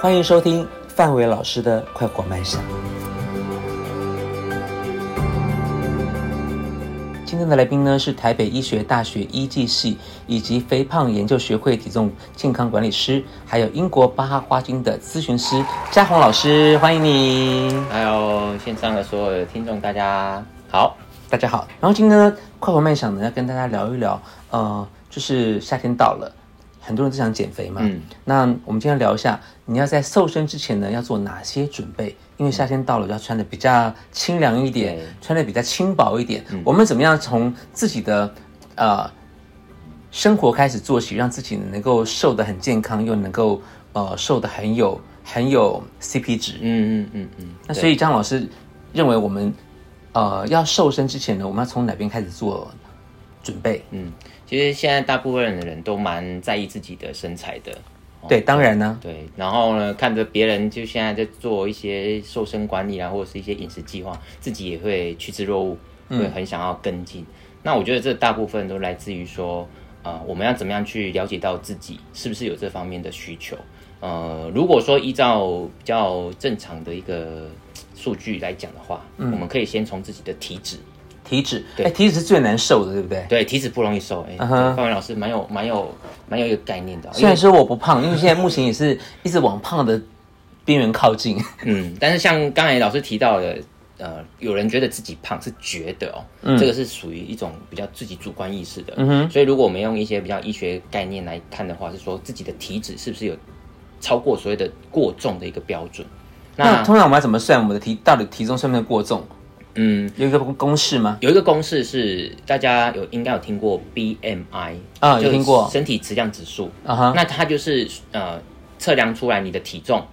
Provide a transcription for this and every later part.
欢迎收听范伟老师的《快活慢闪》。今天的来宾呢是台北医学大学医技系以及肥胖研究学会体重健康管理师，还有英国巴哈花精的咨询师嘉宏老师，欢迎你。还有线上的所有的听众，大家好。大家好，然后今天呢，快活慢想呢要跟大家聊一聊，呃，就是夏天到了，很多人都想减肥嘛。嗯，那我们今天聊一下，你要在瘦身之前呢要做哪些准备？因为夏天到了，就要穿的比较清凉一点对，嗯穿的比较轻薄一点。我们怎么样从自己的呃生活开始做起，让自己能够瘦得很健康，又能够呃瘦得很有很有 CP 值？嗯嗯嗯嗯。那对所以张老师认为我们呃要瘦身之前呢，我们要从哪边开始做呃准备？嗯，其实现在大部分的人都蛮在意自己的身材的。哦对，当然呢，对，然后呢，看着别人就现在在做一些瘦身管理啊，或者是一些饮食计划，自己也会趋之若鹜，嗯会很想要跟进。那我觉得这大部分都来自于说，呃，我们要怎么样去了解到自己是不是有这方面的需求？呃，如果说依照比较正常的一个数据来讲的话，嗯我们可以先从自己的体脂，体脂，对哎，体脂是最难瘦的，对不对？对，体脂不容易瘦。哎、嗯哼范伟老师蛮有蛮有蛮有一个概念的，因为虽然说我不胖，因为现在目前也是一直往胖的边缘靠近。嗯，但是像刚才老师提到的，呃，有人觉得自己胖是觉得哦，嗯这个是属于一种比较自己主观意识的。嗯哼，所以如果我们用一些比较医学概念来看的话，是说自己的体脂是不是有超过所谓的过重的一个标准？那 那通常我们要怎么算我们的体到底体重算不算过重？嗯，有一个公式吗？有一个公式是大家有应该有听过 BMI 啊有就是听过身体质量指数。啊哈，那它就是呃测量出来你的体重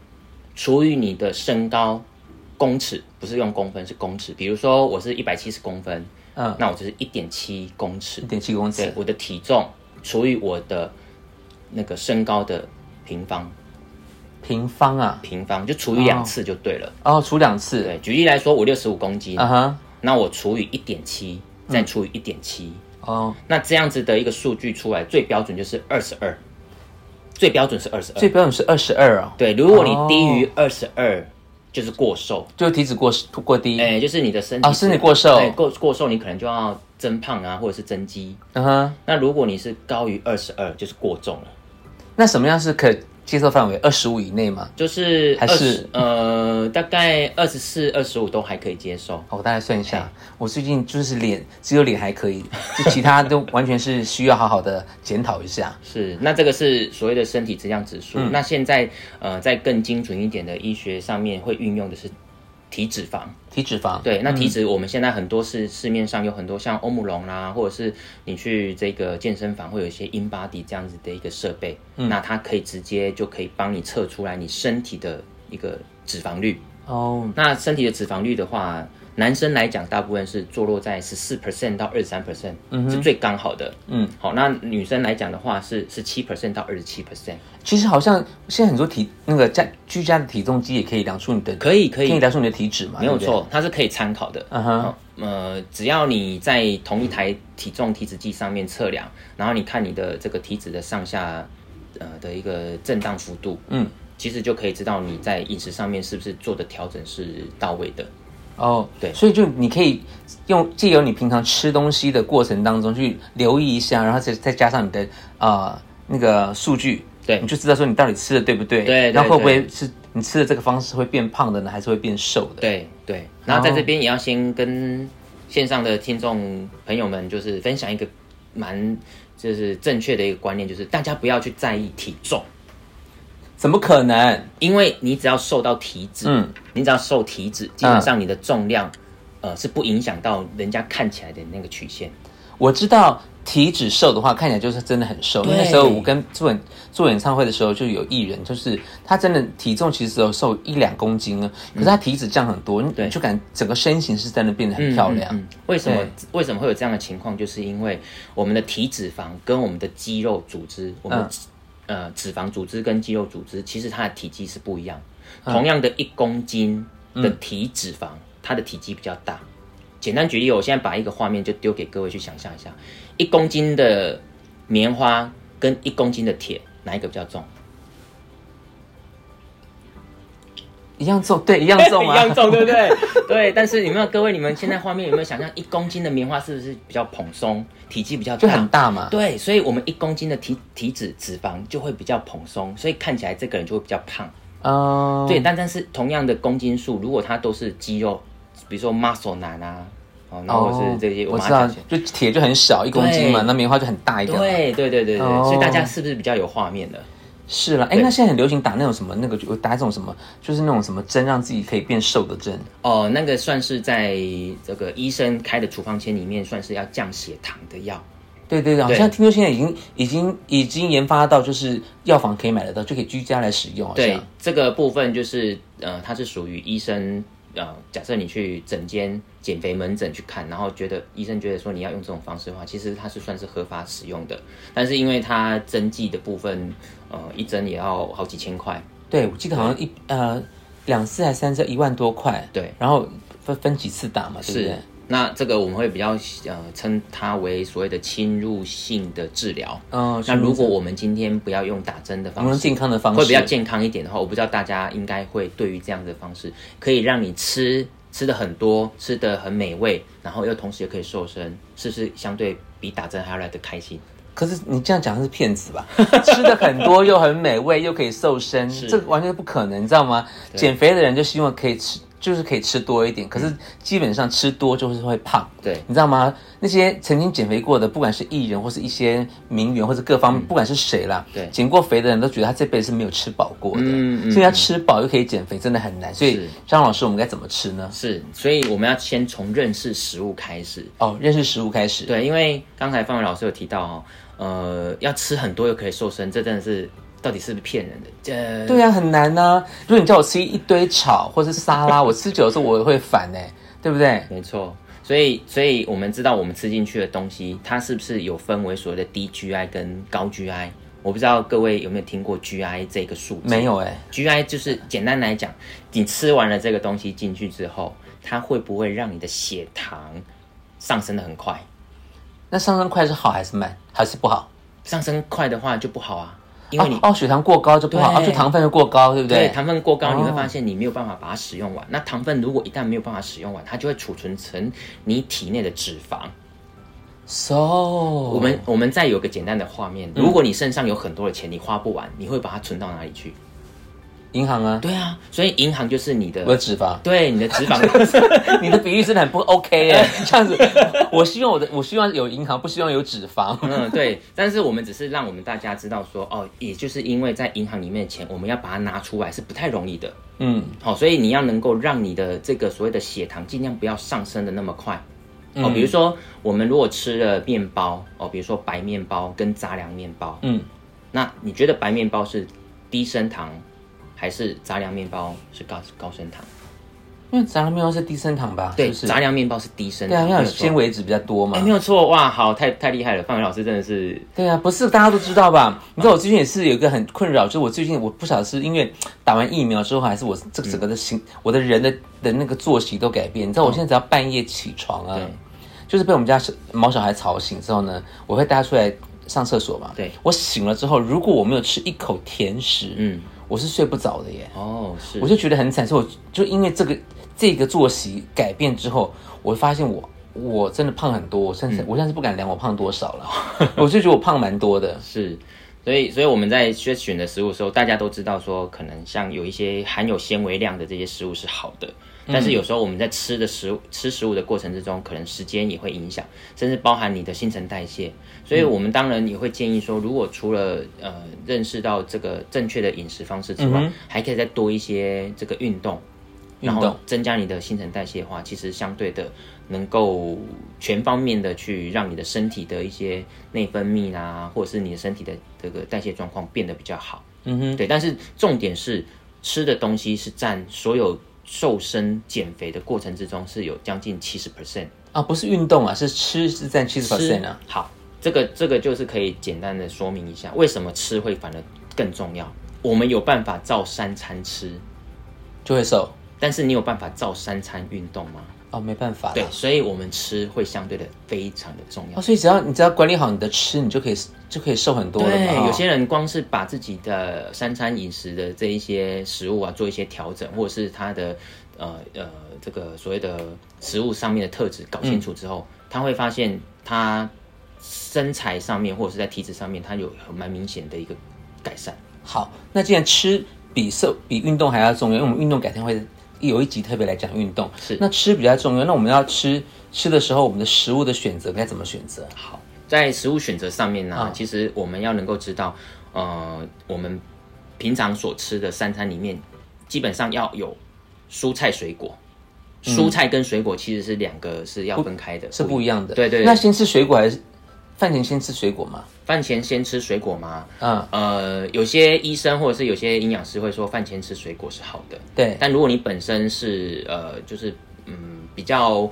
除以你的身高公尺，不是用公分是公尺。比如说我是一百七十公分，嗯，那我就是一点七公尺一。点七公对尺，，我的体重除以我的那个身高的平方，平方啊，平方就除以两次就对了。哦，除两次，对，举例来说，我六十五公斤，啊哈，那我除以一点七，再除以一点七，哦，那这样子的一个数据出来，最标准就是二十二，最标准是二十二。最标准是二十二哦，对，如果你低于二十二，就是过瘦，就体脂过过低，哎、就是你的身体啊身体过瘦对，过过瘦你可能就要增胖啊，或者是增肌。嗯哼，那如果你是高于二十二，就是过重了，那什么样是可接受范围？二十五以内吗？就是还是20呃，大概二十四、二十五都还可以接受。哦好我大概算一下，我最近就是脸，只有脸还可以， 就其他都完全是需要好好的检讨一下。是，那这个是所谓的身体质量指嗯数。那现在呃，在更精准一点的医学上面会运用的是体脂肪。体脂肪，对，那体脂我们现在很多是市面上有很多像欧姆龙啦，或者是你去这个健身房会有一些 InBody 这样子的一个设备，那它可以直接就可以帮你测出来你身体的一个脂肪率。哦，那身体的脂肪率的话，男生来讲大部分是坐落在十四 percent 到二十三 percent，是最刚好的。嗯，好，那女生来讲的话是十七 percent 到二十七 percent，其实好像现在很多体那个家居家的体重机也可以量出你的，可以可以可以量出你的体脂嘛？没有对不对，错，它是可以参考的。嗯哼好呃，只要你在同一台体重体脂计上面测量，然后你看你的这个体脂的上下呃的一个震荡幅度，嗯，其实就可以知道你在饮食上面是不是做的调整是到位的。哦，对所以就你可以用借由你平常吃东西的过程当中去留意一下，然后再再加上你的呃那个数据，对你就知道说你到底吃的对不对，对对然后会不会对是你吃的这个方式会变胖的呢，还是会变瘦的？对对，然后在这边也要先跟线上的听众朋友们，就是分享一个蛮就是正确的一个观念，就是大家不要去在意体重。怎么可能？因为你只要瘦到体脂，嗯你只要瘦体脂，基本上你的重量，呃，是不影响到人家看起来的那个曲线。我知道体脂瘦的话，看起来就是真的很瘦。因为对那时候我跟做演做演唱会的时候，就有艺人，就是他真的体重其实只有瘦一两公斤啊，可是他体脂降很多，你嗯对你就感觉整个身形是真的变得很漂亮。嗯嗯为什么对为什么会有这样的情况？就是因为我们的体脂肪跟我们的肌肉组织，我们、嗯呃脂肪组织跟肌肉组织，其实它的体积是不一样。嗯同样的一公斤的体脂肪，它的体积比较大。简单举例，我现在把一个画面就丢给各位去想象一下：一公斤的棉花跟一公斤的铁，哪一个比较重？一样重， 对，一样重啊， 一样重，对不对？对，但是你们各位，你们现在画面有没有想象，一公斤的棉花是不是比较蓬松，体积比较就大？很大嘛。对，所以我们一公斤的体体脂脂肪就会比较蓬松，所以看起来这个人就会比较胖。哦，对，但但是同样的公斤数，如果他都是肌肉，比如说 muscle 男啊，哦，然后或是这些，我们知要道讲起来，就铁就很小，一公斤嘛，对那棉花就很大一个嘛。对对对对对，哦所以大家是不是比较有画面了？是了，哎，对那现在很流行打那种什么那个，就打这种什么，就是那种什么针，让自己可以变瘦的针。哦，那个算是在这个医生开的处方签里面，算是要降血糖的药。对对对，好对像听说现在已经已经已经研发到，就是药房可以买得到，就可以居家来使用。好对像，这个部分就是呃，它是属于医生呃，假设你去诊间减肥门诊去看，然后觉得医生觉得说你要用这种方式的话，其实它是算是合法使用的，但是因为它针剂的部分，呃，一针也要好几千块，对，我记得好像一呃两次还是三次一万多块。对，然后分分几次打嘛，对不是对？。那这个我们会比较呃称它为所谓的侵入性的治疗。嗯，那如果我们今天不要用打针的我们方用式健，康的方式会比较健康一点的话，我不知道大家应该会对于这样的方式，可以让你吃吃的很多，吃的很美味，然后又同时也可以瘦身，是不是相对比打针还要来得开心？可是你这样讲是骗子吧？ 吃的很多又很美味，又可以瘦身，这个完全不可能，你知道吗？减肥的人就希望可以吃，就是可以吃多一点，可是基本上吃多就是会胖。对你知道吗？那些曾经减肥过的，不管是艺人或是一些名媛或者各方面，不管是谁啦，嗯对减过肥的人都觉得他这辈子是没有吃饱过的，嗯嗯所以他吃饱又可以减肥，真的很难。所以是张老师，我们该怎么吃呢？是，所以我们要先从认识食物开始。哦，认识食物开始，对，因为刚才范伟老师有提到哦，呃，要吃很多又可以瘦身，这真的是到底是不是骗人的？这、对呀、很难呐、如果你叫我吃一堆炒或是沙拉，我吃久的时候我也会烦哎、对不对？没错，所以所以我们知道我们吃进去的东西，它是不是有分为所谓的低 GI 跟高 GI？我不知道各位有没有听过 GI 这个数字？没有哎、 ，GI 就是简单来讲，你吃完了这个东西进去之后，它会不会让你的血糖上升的很快？那上升快是好还是慢，还是不好？上升快的话就不好啊，因为你、哦哦，血糖过高就不好，对啊，就糖分就过高，对不对？哦对糖分过高，你会发现你没有办法把它使用完。那糖分如果一旦没有办法使用完，它就会储存成你体内的脂肪。 So，我我们我们再有个简单的画面，如果你身上有很多的钱，你花不完，你会把它存到哪里去？银行啊，对啊，所以银行就是你我的的，，脂肪 对你的 脂肪，你的比喻真的很不 OK 哎、这样子，我希望我的我希望有银行，不希望有脂肪。嗯，对。但是我们只是让我们大家知道说，哦，也就是因为在银行里面的钱，我们要把它拿出来是不太容易的。嗯好、所以你要能够让你的这个所谓的血糖尽量不要上升的那么快。哦，比如说我们如果吃了面包，哦，比如说白面包跟杂粮面包，嗯，那你觉得白面包是低升糖，还是杂粮面包是高高升糖？因为杂粮面包是低升糖吧？嗯对，是不是？杂粮面包是低升对啊，糖，因为它没有有纤错。维质比较多嘛哎，。没有错，哇，好，太太厉害了，范伟老师真的是，对啊，不是大家都知道吧？你知道我最近也是有一个很困扰，就是我最近我不晓得是因为打完疫苗之后，还是我这个整个的心，我的人的的那个作息都改变。你知道我现在只要半夜起床啊，对就是被我们家小毛小孩吵醒之后呢，我会带他出来上厕所嘛。对我醒了之后，如果我没有吃一口甜食，嗯，我是睡不着的耶。哦，是我，就觉得很惨，所以我就因为这个这个作息改变之后，我发现我我真的胖很多，我甚嗯至、我现在是不敢量我胖多少了， 我就觉得我胖蛮多的。是，所以，所以我们在选选的食物的时候，大家都知道说，可能像有一些含有纤维量的这些食物是好的，但是有时候我们在吃的食物吃食物的过程之中，可能时间也会影响，甚至包含你的新陈代谢。所以我们当然也会建议说，如果除了呃认识到这个正确的饮食方式之外，还可以再多一些这个运动。运然后动增加你的新陈代谢的话，其实相对的能够全方面的去让你的身体的一些内分泌啊，或者是你的身体的这个代谢状况变得比较好。嗯哼，对，但是重点是吃的东西是占所有瘦身减肥的过程之中是有将近七十 percent 啊，不是运动啊，是吃是占七十 percent 啊。好，这个这个就是可以简单的说明一下，为什么吃会反而更重要。我们有办法照三餐吃，就会瘦。但是你有办法照三餐运动吗？哦，没办法啦，对，所以我们吃会相对的非常的重要哦，。所以只要你只要管理好你的吃，你就可以就可以瘦很多了嘛。哦对，哈有些人光是把自己的三餐饮食的这一些食物啊做一些调整，或者是他的呃呃这个所谓的食物上面的特质搞清楚之嗯后，他会发现他身材上面或者是在体脂上面，他有很蛮明显的一个改善。好，那既然吃比瘦比运动还要重要，因为我们运动改天会有一集特别来讲运动。是那吃比较重要，那我们要吃吃的时候，我们的食物的选择该怎么选择？好，在食物选择上面啊呢、其实我们要能够知道，呃，我们平常所吃的三餐里面，基本上要有蔬菜水果。蔬菜跟水果其实是两个是要分开的，是嗯不一样的。对对对那先吃水果还是饭前先吃水果吗？饭前先吃水果吗？嗯，呃，有些医生或者是有些营养师会说饭前吃水果是好的，对，但如果你本身是呃，就是嗯比较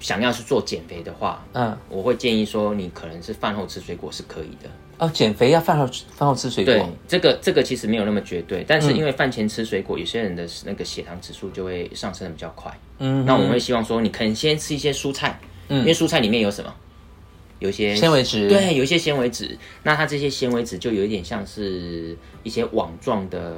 想要是做减肥的话，嗯，我会建议说你可能是饭后吃水果是可以的。哦，减肥要饭后吃饭后吃水对果。，这个这个其实没有那么绝对，但嗯是因为饭前吃水果，有些人的那个血糖指数就会上升的比较快。嗯，那我们会希望说，你可能先吃一些蔬菜，因为蔬菜里面有什么？有一些纤维质对，有一些纤维质。那它这些纤维质就有一点像是一些网状的，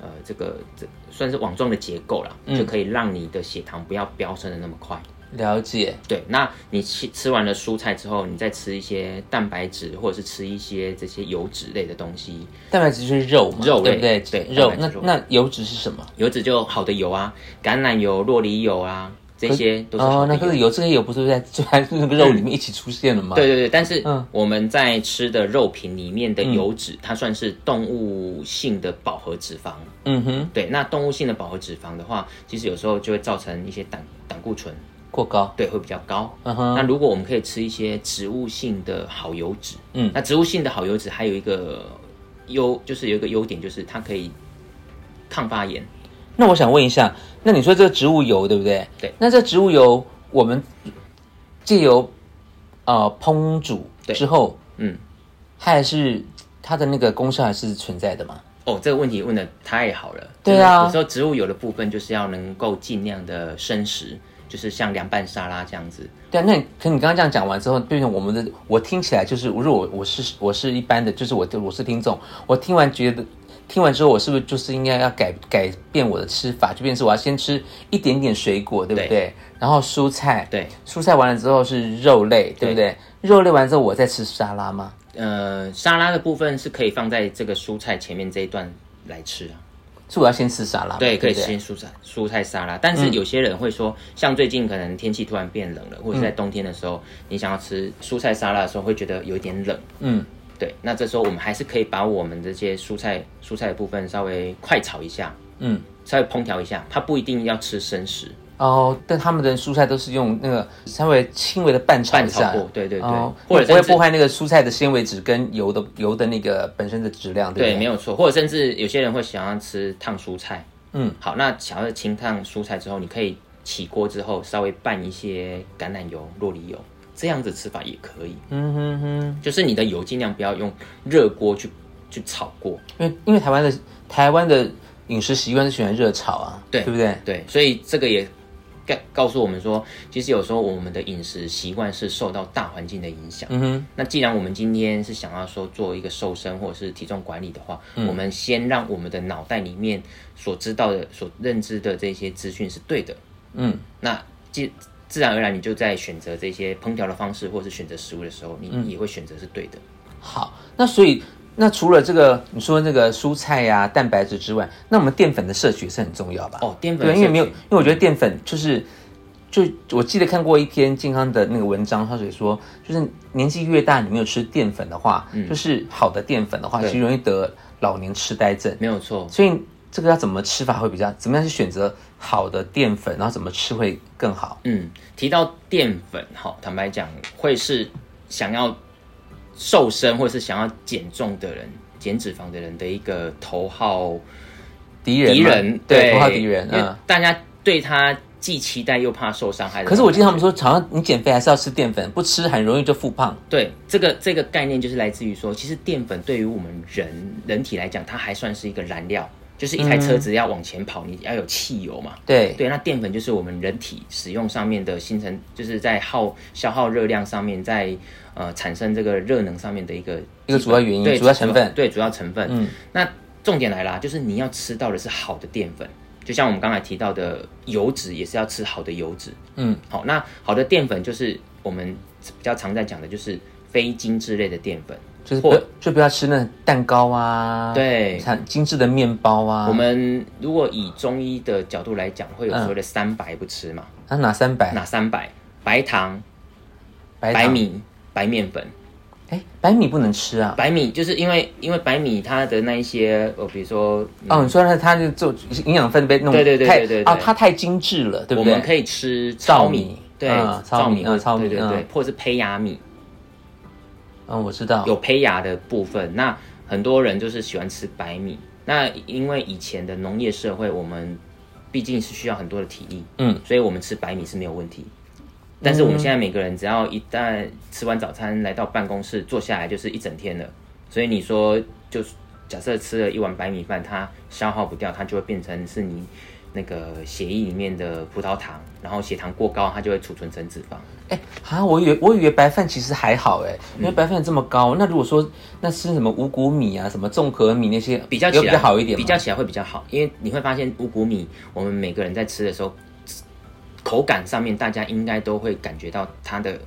呃，这个这算是网状的结构啦，嗯就可以让你的血糖不要飙升的那么快。了解。对，那你吃吃完了蔬菜之后，你再吃一些蛋白质，或者是吃一些这些油脂类的东西，蛋白质就是肉嘛，肉对不对？类对肉。蛋那白质肉那油脂是什么？油脂就好的油啊，橄榄油、洛梨油啊，这些都是好哦，的那油。个油，这些油不是在就在那个肉里面一起出现了吗？对对对，但是嗯我们在吃的肉品里面的油脂，它算是动物性的饱和脂肪。嗯哼，对，那动物性的饱和脂肪的话，其实有时候就会造成一些胆胆固醇，过高。对，会比较高。嗯哼那如果我们可以吃一些植物性的好油脂，嗯那植物性的好油脂还有一个优，就是有一个优点，就是它可以抗发炎。那我想问一下，那你说这个植物油对不对？对那这植物油我们借由呃烹煮对之后，嗯，它还是它的那个功效还是存在的嘛？哦，这个问题问的太好了。对啊就是有时候植物油的部分就是要能够尽量的生食，就是像凉拌沙拉这样子。对啊，那你可你刚刚这样讲完之后，变成我们的我听起来就是，如果我我是我是一般的，就是我我是听众，我听完觉得听完之后，我是不是就是应该要改改变我的吃法，就变成是我要先吃一点点水果，对不对？对然后蔬菜，对，蔬菜完了之后是肉类，对不对？肉类完之后我再吃沙拉吗？呃，沙拉的部分是可以放在这个蔬菜前面这一段来吃啊。是我要先吃沙拉吗，对，可以哦不嗯吃蔬菜蔬菜沙拉，但是有些人会说，像最近可能天气突然变冷了，或者在嗯冬天的时候，你想要吃蔬菜沙拉的时候，会觉得有一点冷。嗯，对，那这时候我们还是可以把我们这些蔬菜蔬菜的部分稍微快炒一下，嗯，稍微烹调一下，它不一定要吃生食，哦，但他们的蔬菜都是用那个稍微轻微的拌炒半一下炒，过，对对对，哦，或者不会甚至破坏那个蔬菜的纤维质跟油的油的那个本身的质量，对不啊对，对？没有错。或者甚至有些人会想要吃烫蔬菜，嗯，好，那想要清烫蔬菜之后，你可以起锅之后稍微拌一些橄榄油、洛梨油，这样子吃法也可以。嗯哼哼，就是你的油尽量不要用热锅去去炒过，因为因为台湾的台湾的饮食习惯是喜欢热炒啊，对对不对？对，所以这个也。告告诉我们说，其实有时候我们的饮食习惯是受到大环境的影响。嗯哼，那既然我们今天是想要说做一个瘦身或者是体重管理的话，我们先让我们的脑袋里面所知道的、所认知的这些资讯是对的，嗯，那既自然而然你就在选择这些烹调的方式或是选择食物的时候，你也会选择是对的。好，那所以那除了这个你说那个蔬菜呀、蛋白质之外，那我们淀粉的摄取也是很重要吧？哦，淀粉对，因为没有，摄因为我觉得淀粉就是，就我记得看过一篇健康的那个文章，他写说，就是年纪越大，你没有吃淀粉的话，就是好的淀粉的话，嗯对嗯其实容易得老年痴呆症取。没有错。所以这个要怎么吃法会比较，怎么样去选择好的淀粉，然后怎么吃会更好？嗯，提到淀粉哈，坦白讲，会是想要瘦身或是想要减重的人、减脂肪的人的一个头号敌人嘛，敌人，对，头号敌人因为嗯。大家对他既期待又怕受伤害的。可是我记得他们说，好像你减肥还是要吃淀粉，不吃很容易就复胖。对这个这个概念就是来自于说，其实淀粉对于我们人人体来讲，它还算是一个燃料，就是一台嗯车子要往前跑，你要有汽油嘛。对，对，那淀粉就是我们人体使用上面的形成，就是在耗消耗热量上面，在呃产生这个热能上面的一个一个主要原因对主要成分对主要成分。嗯，那重点来啦，就是你要吃到的是好的淀粉，就像我们刚才提到的油脂，也是要吃好的油脂。嗯，好，那好的淀粉就是我们比较常在讲的，就是非精致类的淀粉。就是或不就不要吃那蛋糕啊，，对，像精致的面包啊。嗯我们如果以中医的角度来讲，会有所谓的三白不吃嘛？那拿啊三百哪三白？白糖、白白糖，米、白面粉。哎，白米不能吃啊。白米就是因为因为白米它的那一些呃，比如说，嗯哦，你说它它就做营养分被弄对对对太对对对啊，它太精致了，对我不们对？可以吃糙糙米米，对嗯，糙糙米米嗯或糙米对对对嗯，或是胚芽米，嗯，我知道，有胚芽的部分。那很多人就是喜欢吃白米，那因为以前的农业社会，我们毕竟是需要很多的体力，嗯，所以我们吃白米是没有问题。但是我们现在每个人只要一旦吃完早餐来到办公室坐下来就是一整天了，所以你说就是假设吃了一碗白米饭，它消耗不掉，它就会变成是你那个血液里面的葡萄糖，然后血糖过高，它就会储存成脂肪。哎啊，我以为我以为白饭其实还好哎，嗯因为白饭这么高，那如果说那吃什么五谷米啊，什么综合米那些，比较起有来比较好一点吗，比较起来会比较好，因为你会发现五谷米，我们每个人在吃的时候，口感上面大家应该都会感觉到它的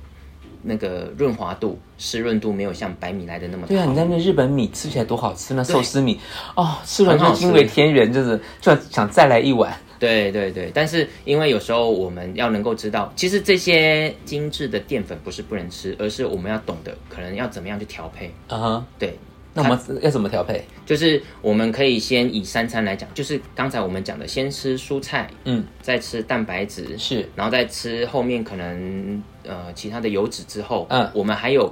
那个润滑度、湿润度没有像白米来的那么对啊，好你看那日本米吃起来多好吃，那寿司米哦，吃完很就好吃惊为天人，就是就想再来一碗。对对对，但是因为有时候我们要能够知道，其实这些精致的淀粉不是不能吃，而是我们要懂得可能要怎么样去调配。啊哈，对，那我们要怎么调配？就是我们可以先以三餐来讲，就是刚才我们讲的，先吃蔬菜，嗯，再吃蛋白质，是然后再吃后面可能呃其他的油脂之后，嗯我们还有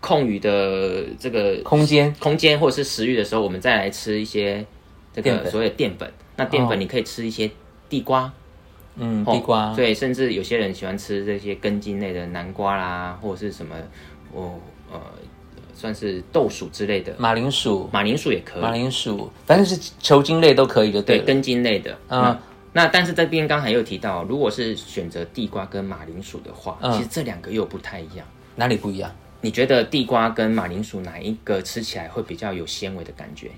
空余的这个空间空间或者是食欲的时候，我们再来吃一些这淀个粉所谓的淀粉。那淀哦粉你可以吃一些地瓜，嗯，哦地瓜，对，甚至有些人喜欢吃这些根茎类的南瓜啦，或者是什么哦呃算是豆薯之类的，马铃薯，马铃薯也可以马。铃薯，反正是球茎类都可以就对，了。根茎类的。嗯嗯，那但是这边刚才又提到，如果是选择地瓜跟马铃薯的话，嗯其实这两个又不太一样。哪里不一样？你觉得地瓜跟马铃薯哪一个吃起来会比较有纤维的感觉？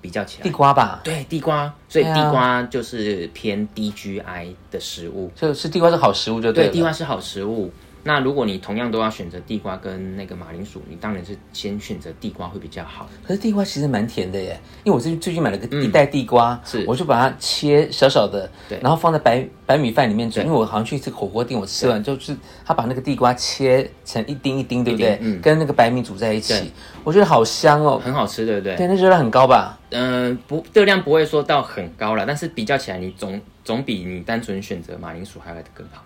比较起地来，瓜吧，对地瓜，所以对啊地瓜就是偏低 GI 的食物。就是地瓜是好食物就对，了。地瓜是好食物。那如果你同样都要选择地瓜跟那个马铃薯，你当然是先选择地瓜会比较好。可是地瓜其实蛮甜的耶，因为我最近最近买了个一袋地瓜，嗯是我就把它切小小的，对然后放在白白米饭里面煮。对因为我好像去吃火锅店，我吃完就是他把那个地瓜切成一丁一丁，对不对？嗯跟那个白米煮在一对起，我觉得好香哦。很好吃，对不对？对，那热量很高吧？嗯，不，热量不会说到很高啦，但是比较起来，你总总比你单纯选择马铃薯还要来的更好，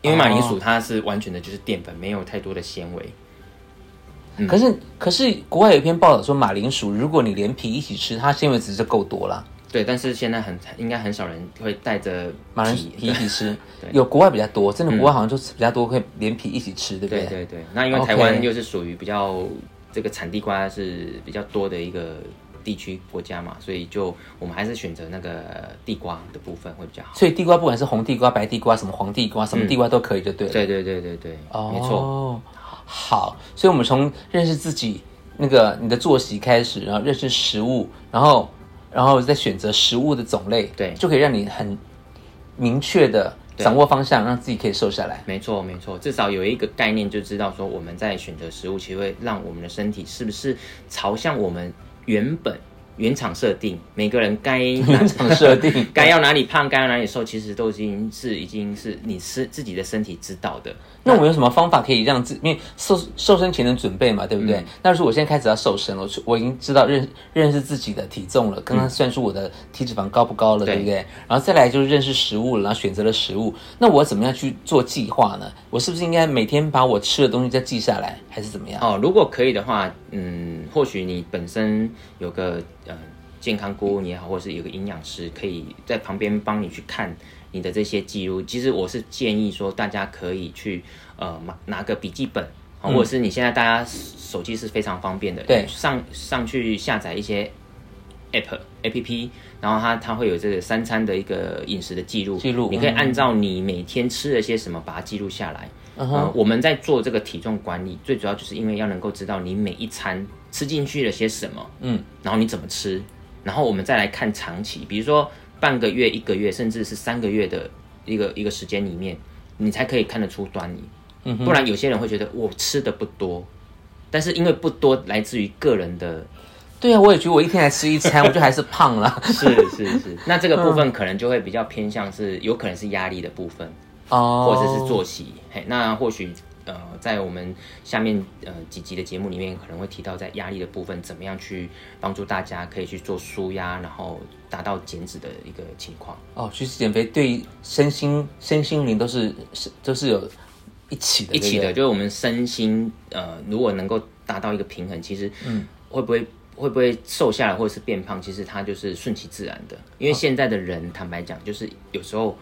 因为马铃薯它是完全的就是淀粉，没有太多的纤维。嗯可是可是国外有一篇报道说，马铃薯如果你连皮一起吃，它纤维值就够多啦。对，但是现在很应该很少人会带着马铃薯皮皮一起吃 对，有国外比较多，真的国外好像就是比较多会连皮一起吃，对不对对？对对，那因为 OK 台湾又是属于比较这个产地瓜是比较多的一个地区国家嘛，所以就我们还是选择那个地瓜的部分会比较好。所以地瓜不管是红地瓜、白地瓜、什么黄地瓜、什么地瓜都可以，就对了。对对对对对，哦，没错。。好，所以我们从认识自己那个你的作息开始，然后认识食物，然后然后再选择食物的种类，对就可以让你很明确的对掌握方向，让自己可以瘦下来。没错，没错，至少有一个概念，就知道说我们在选择食物，其实会让我们的身体是不是朝向我们原本原厂设定，每个人该 原厂设定该要哪里胖，该要哪里瘦，其实都已经是已经是你是自己的身体知道的。那我们有什么方法可以让自因为瘦瘦身前的准备嘛，对不对？嗯那如果我现在开始要瘦身了，我我已经知道认认识自己的体重了，刚刚算出我的体脂肪高不高了，对对不对？然后再来就是认识食物了，然后选择了食物，那我怎么样去做计划呢？我是不是应该每天把我吃的东西再记下来，还是怎么样？哦，如果可以的话，嗯，或许你本身有个呃健康顾问也好，或是有个营养师，可以在旁边帮你去看你的这些记录。其实我是建议说，大家可以去呃拿拿个笔记本。啊或者是你现在大家手机是非常方便的，对上上去下载一些 app A P P，然后它它会有这个三餐的一个饮食的记录，记录你可以按照你每天吃了些什么把它记录下来。嗯呃我们在做这个体重管理，最主要就是因为要能够知道你每一餐吃进去了些什么，嗯，然后你怎么吃，然后我们再来看长期，比如说半个月、一个月，甚至是三个月的一个一个时间里面，你才可以看得出端倪。嗯不然有些人会觉得我吃的不多，但是因为不多来自于个人的对啊，我也觉得我一天才吃一餐，我就还是胖 了。是是 是，那这个部嗯分可能就会比较偏向是，有可能是压力的部分，哦，或者是作息。嘿，那或许呃，在我们下面呃几集的节目里面，可能会提到在压力的部分，怎么样去帮助大家可以去做舒压，然后达到减脂的一个情况。哦，其实减肥对身心身心灵都是是都是有一起的，一起对的，不就是我们身心呃，如果能够达到一个平衡，其实嗯，会不会？会不会瘦下来或者是变胖？其实它就是顺其自然的，哦因为现在的人，坦白讲，就是有时候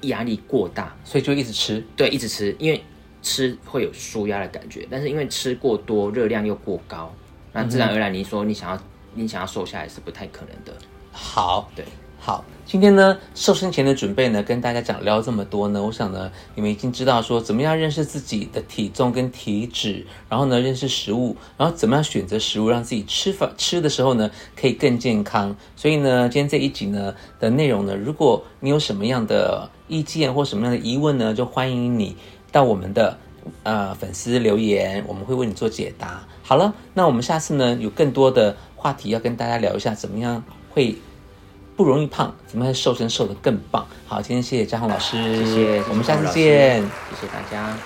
压力过大，对，所以就一直吃。对，一直吃，因为吃会有舒压的感觉，但是因为吃过多，热量又过高，那自然嗯而然你说你想要你想要瘦下来是不太可能的。好，对，好，今天呢，瘦身前的准备呢，跟大家讲聊这么多呢，我想呢，你们已经知道说怎么样认识自己的体重跟体脂，然后呢，认识食物，然后怎么样选择食物，让自己吃法吃的时候呢，可以更健康。所以呢，今天这一集呢的内容呢，如果你有什么样的意见或什么样的疑问呢，就欢迎你到我们的呃粉丝留言，我们会为你做解答。好了，那我们下次呢有更多的话题要跟大家聊一下，怎么样会不容易胖，怎么样瘦身瘦得更棒。好，今天谢谢嘉宏老师，谢谢，嗯我们下谢次谢老师见。，谢谢大家。